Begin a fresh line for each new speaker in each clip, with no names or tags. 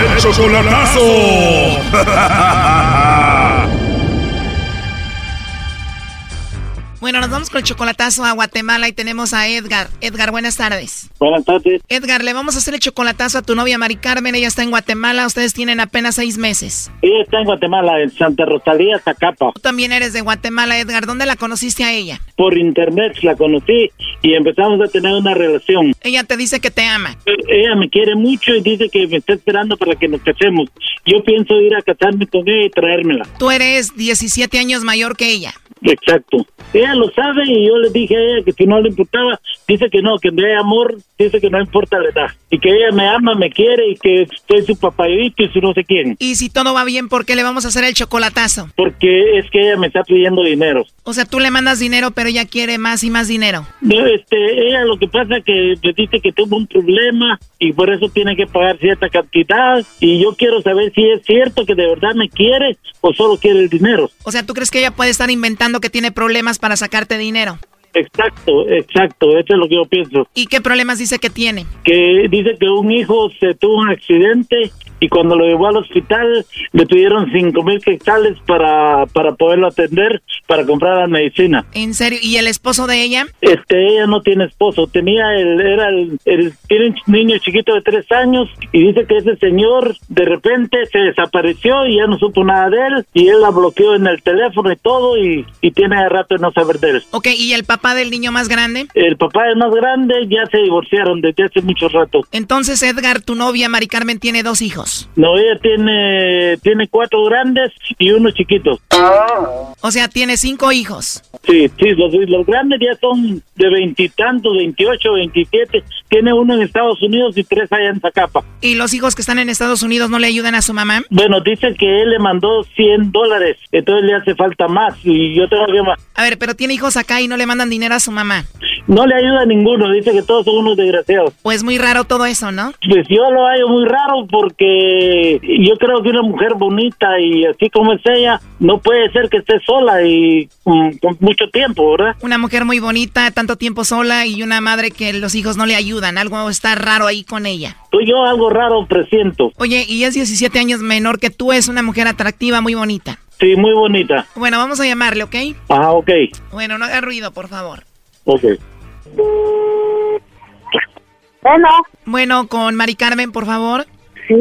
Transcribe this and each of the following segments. El chocolatazo.
Bueno, nos vamos con el chocolatazo a Guatemala y tenemos a Edgar. Edgar, buenas tardes.
Buenas tardes.
Edgar, le vamos a hacer el chocolatazo a tu novia Mari Carmen. Ella está en Guatemala. Ustedes tienen apenas seis meses.
Ella está en Guatemala, en Santa Rosalía, Zacapa.
Tú también eres de Guatemala, Edgar. ¿Dónde la conociste a ella?
Por internet la conocí y empezamos a tener una relación.
Ella te dice que te ama.
Ella me quiere mucho y dice que me está esperando para que nos casemos. Yo pienso ir a casarme con ella y traérmela.
Tú eres 17 años mayor que ella.
Exacto. Ella lo sabe y yo le dije a ella que si no le importaba, dice que no, que me hay amor, dice que no importa la edad. Y que ella me ama, me quiere y que soy su papá y que su no sé quién.
Y si todo va bien, ¿por qué le vamos a hacer el chocolatazo?
Porque es que ella me está pidiendo dinero.
O sea, tú le mandas dinero, pero ella quiere más y más dinero.
No, este, ella lo que pasa que le dice que tuvo un problema y por eso tiene que pagar cierta cantidad. Y yo quiero saber si es cierto que de verdad me quiere o solo quiere el dinero.
O sea, ¿tú crees que ella puede estar inventando que tiene problemas para sacarte dinero?
Exacto, exacto, eso es lo que yo pienso.
¿Y qué problemas dice que tiene?
Que dice que un hijo se tuvo un accidente y cuando lo llevó al hospital le pidieron cinco mil quetzales para, para poderlo atender, para comprar la medicina.
¿En serio? ¿Y el esposo de ella?
Este, ella no tiene esposo, tenía el, era el, el, tiene un niño chiquito de tres años y dice que ese señor de repente se desapareció y ya no supo nada de él y él la bloqueó en el teléfono y todo y, y tiene de rato de no saber de él.
Ok, ¿y el papá del niño más grande?
El papá del más grande ya se divorciaron desde hace mucho rato.
Entonces, Edgar, tu novia Mari Carmen tiene dos hijos.
No, ella tiene, tiene cuatro grandes y uno chiquito.
O sea, tiene cinco hijos.
Sí, sí, los, los grandes ya son de veintitantos, veintiocho, veintisiete. Tiene uno en Estados Unidos y tres allá en Zacapa.
¿Y los hijos que están en Estados Unidos no le ayudan a su mamá?
Bueno, dice que él le mandó 100 dólares, entonces le hace falta más y yo tengo que más.
A ver, pero tiene hijos acá y no le mandan dinero a su mamá.
No le ayuda a ninguno, dice que todos son unos desgraciados.
Pues muy raro todo eso, ¿no?
Pues yo lo hallo muy raro porque yo creo que una mujer bonita y así como es ella, no puede ser que esté sola y um, con mucho tiempo, ¿verdad?
Una mujer muy bonita, tanto tiempo sola y una madre que los hijos no le ayudan, algo está raro ahí con ella.
Pues Yo algo raro presiento.
Oye, y es 17 años menor que tú, es una mujer atractiva, muy bonita.
Sí, muy bonita.
Bueno, vamos a llamarle, ¿ok?
Ah, ok.
Bueno, no haga ruido, por favor.
Ok.
Bueno.
Bueno, con Mari Carmen, por favor.
Sí,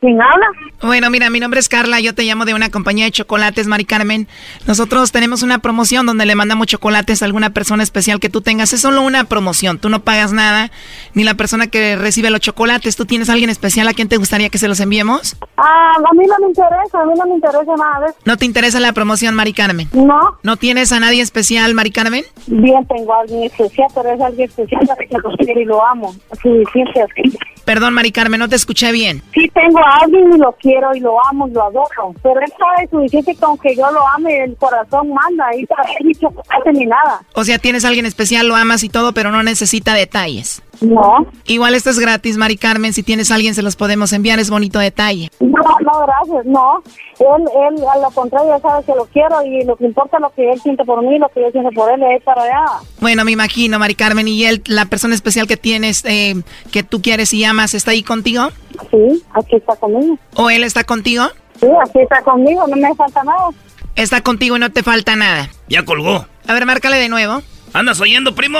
¿quién habla?
Bueno, mira, mi nombre es Carla, yo te llamo de una compañía de chocolates, Mari Carmen. Nosotros tenemos una promoción donde le mandamos chocolates a alguna persona especial que tú tengas. Es solo una promoción, tú no pagas nada, ni la persona que recibe los chocolates. ¿Tú tienes a alguien especial a quien te gustaría que se los enviemos?
Ah, a mí no me interesa, a mí no me interesa nada.
¿No te interesa la promoción, Mari Carmen?
No.
¿No tienes a nadie especial, Mari Carmen?
Bien, tengo a alguien especial, pero es alguien especial para que lo quiero y lo amo. Sí, siempre así.
Perdón, Mari Carmen, no te escuché bien.
Sí, tengo a alguien y lo quiero y lo amo y lo adoro. Pero él sabe suficiente con que yo lo ame, el corazón manda ahí para él ni chocolate ni nada.
O sea, tienes a alguien especial, lo amas y todo, pero no necesita detalles.
No,
Igual esto es gratis, Mari Carmen. Si tienes a alguien, se los podemos enviar. Es bonito detalle.
no, no, gracias, no. Él, él, a lo contrario, él sabe que lo quiero y lo que importa es lo que él siente por mí, lo que yo siento por él, es para allá.
Bueno, me imagino, Mari Carmen. Y él, la persona especial que tienes, eh, que tú quieres y amas, ¿está ahí contigo?
Sí, aquí está conmigo.
¿O él está contigo?
Sí, aquí está conmigo, no me falta nada.
Está contigo y no te falta nada.
Ya colgó.
A ver, márcale de nuevo.
¿Andas oyendo, primo?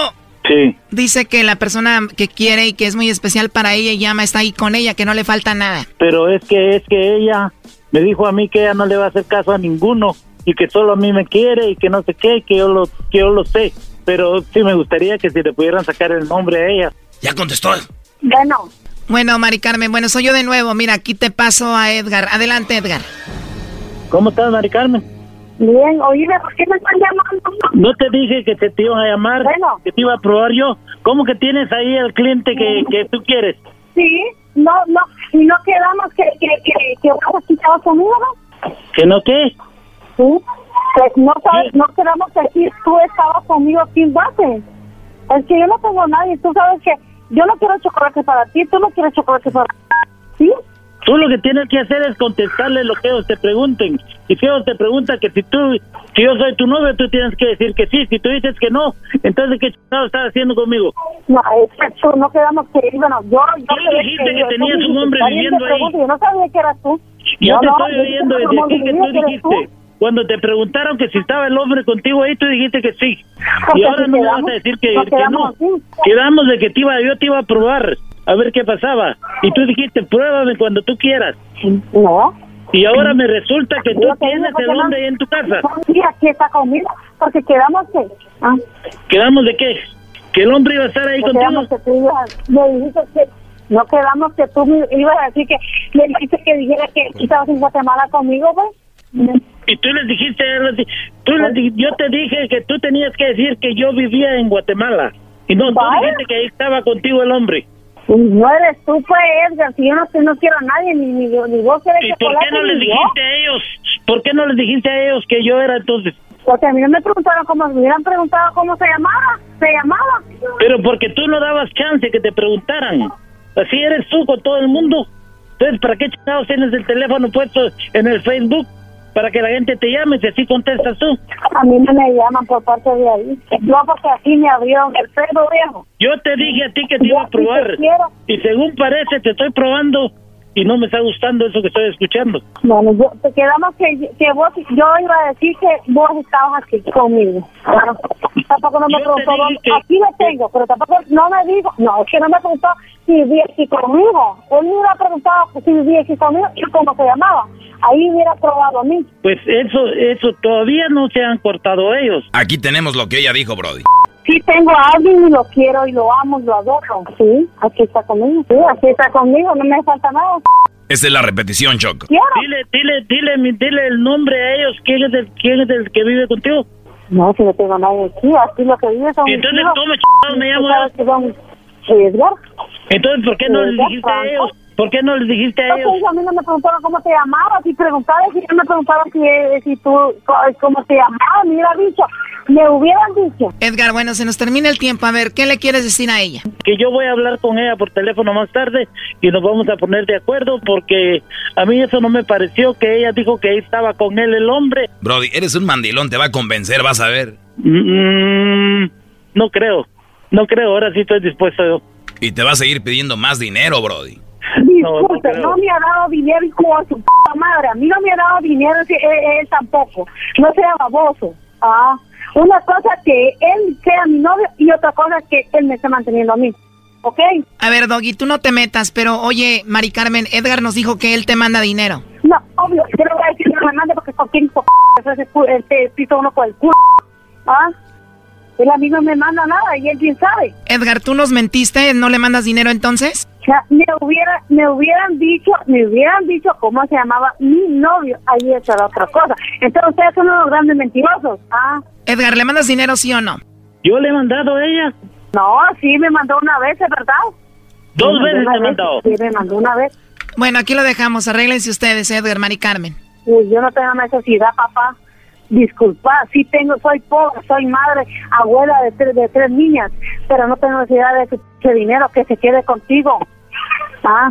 Sí,
Dice que la persona que quiere y que es muy especial para ella y ama está ahí con ella, que no le falta nada.
pero es que es que ella me dijo a mí que ella no le va a hacer caso a ninguno y que solo a mí me quiere y que no sé qué, que yo lo, que yo lo sé. Pero sí me gustaría que si le pudieran sacar el nombre a ella.
Ya contestó.
Bueno,
Bueno, Mari Carmen, bueno, soy yo de nuevo. Mira, aquí te paso a Edgar. Adelante, Edgar.
¿Cómo estás, Mari Carmen?
bien, oíme, ¿por qué me están llamando?
No te dije que te, te iba a llamar,
Bueno.
que te iba a probar yo. ¿Cómo que tienes ahí el cliente que, que tú quieres?
Sí, no, no, y no quedamos que, que, que, que vas a quitar conmigo, ¿no?
¿Que no qué?
Sí, pues no, sabes,
Sí.
no quedamos que aquí tú estabas conmigo aquí en base. Es que yo no tengo a nadie, tú sabes que yo no quiero chocolate para ti, tú no quieres chocolate para ¿Sí?
Tú lo que tienes que hacer es contestarle lo que ellos te pregunten. Y si ellos te preguntan que si tú, si yo soy tu novio, tú tienes que decir que sí. Si tú dices que no, entonces ¿qué chingado estás haciendo conmigo?
No, es que tú no quedamos que, bueno, yo... yo
Tú
creí
dijiste que
yo- tú
tenías
me
un hombre
dijiste, alguien
viviendo
te
ahí.
pregunta, Yo no sabía que eras tú.
Yo
No,
te
no,
estoy
yo
oyendo
dije,
desde
¿cómo
aquí que
vivías?
tú
¿Eres tú?
dijiste. Cuando te preguntaron que si estaba el hombre contigo ahí, tú dijiste que sí.
Porque
y ahora
si
no me
quedamos-
vas a decir que,
nos
que no.
quedamos así.
Quedamos de que te iba, yo te iba a probar a ver qué pasaba. Y tú dijiste, pruébame cuando tú quieras.
No.
Y ahora me resulta que tú
Yo te digo,
tienes
¿por qué
el
no?
hombre ahí en tu casa.
Sí, aquí está conmigo, porque quedamos que... Ah,
¿Quedamos de qué? ¿Que el hombre iba a estar ahí
quedamos
contigo?
que tú ibas... Me dijiste que... No quedamos que tú me ibas a decir que... Me dijiste que dijera que tú estabas en Guatemala conmigo, pues.
Y tú les dijiste, algo así. tú les di- yo te dije que tú tenías que decir que yo vivía en Guatemala. Y no, tú
Vaya.
dijiste que ahí estaba contigo el hombre.
Y No eres tú, pues, Edgar, si yo no, no quiero a nadie, ni, ni, ni vos querés
¿Y por qué no les
ni yo.
dijiste a ellos? ¿Por qué no les dijiste a ellos que yo era entonces?
Porque a mí no me preguntaron cómo, me hubieran preguntado cómo se llamaba, se llamaba.
Pero porque tú no dabas chance que te preguntaran. Así eres tú con todo el mundo. Entonces, ¿para qué chingados tienes el teléfono puesto en el Facebook? Para que la gente te llame y así contestas tú.
A mí no me llaman por parte de ahí. No, porque así me abrieron el cerdo, viejo.
Yo te dije a ti que te
Yo
iba a
sí te
probar.
quiero.
Y según parece, te estoy probando. Y no me está gustando eso que estoy escuchando.
Bueno, yo, te quedamos que, que vos, yo iba a decir que vos estabas aquí conmigo. Ah, Tampoco no me
Yo te
preguntó,
dije
dónde-
que-
aquí lo tengo, pero tampoco no me dijo, no, es que no me preguntó si vivía aquí conmigo. Él me hubiera preguntado si vivía aquí conmigo y cómo se llamaba. Ahí hubiera probado a mí.
Pues eso, eso todavía no se han cortado ellos.
Aquí tenemos lo que ella dijo, Brody.
Sí tengo a alguien y lo quiero y lo amo y lo adoro. Sí, aquí está conmigo. Sí, aquí está conmigo, no me falta nada.
Esta es la repetición, Choco.
Quiero.
Dile, dile, dile, mi- dile el nombre a ellos. ¿Quién es el, quién es el que vive contigo?
No, si no tengo a nadie aquí, aquí lo que vive son
Y
mis
entonces,
hijos.
¿cómo chingados me llamo? Eh,
Sabes que son- eh, Edgar.
Entonces, ¿por qué no les
¿Verdad,
dijiste a
Franco?
ellos? ¿Por qué no les dijiste a ellos?
Entonces, a mí no me preguntaron cómo te llamabas, si preguntaban, si yo me preguntaba si, eh, si tú, co- cómo te llamabas, me hubiera dicho, me hubieran dicho.
Edgar, bueno, se nos termina el tiempo. A ver, ¿qué le quieres decir a ella?
Que yo voy a hablar con ella por teléfono más tarde y nos vamos a poner de acuerdo porque a mí eso no me pareció que ella dijo que ahí estaba con él el hombre.
Brody, eres un mandilón, te va a convencer, vas a ver.
Mm, no creo, no creo, ahora sí estoy dispuesto yo.
Y te va a seguir pidiendo más dinero, Brody.
No, no
Disculpe,
creo.
no, me ha dado dinero y como a su p madre, a mí no me ha dado dinero, si- él, él tampoco, no sea baboso. Ah, una cosa que él sea mi novio y otra cosa que él me esté manteniendo a mí, ¿ok?
A ver, Doggy, tú no te metas, pero oye, Mari Carmen, Edgar nos dijo que él te manda dinero.
No, obvio, yo no voy a decir que me mande porque con quién hijo p- ese cu- este piso uno con el culo. ¿Ah? Él a mí no me manda nada y él quién sabe.
Edgar, tú nos mentiste, ¿no le mandas dinero entonces?
O sea, me hubiera, me hubieran dicho, me hubieran dicho cómo se llamaba mi novio, ahí esa era otra cosa. Entonces ustedes son unos grandes mentirosos. Ah,
Edgar, ¿le mandas dinero sí o no?
Yo le he mandado a ella
no, sí me mandó una vez, ¿es verdad?
dos
Me
veces le
mandó una
he
vez,
mandado.
Sí, me mandó una vez. Pues
Bueno, aquí lo dejamos. Arréglense ustedes, Edgar, Mari Carmen.
Uy, yo no tengo necesidad, papá. disculpa, sí tengo, soy pobre, soy madre, abuela de tres, de tres niñas, pero no tengo necesidad de ese, ese dinero que se quede contigo. Ah,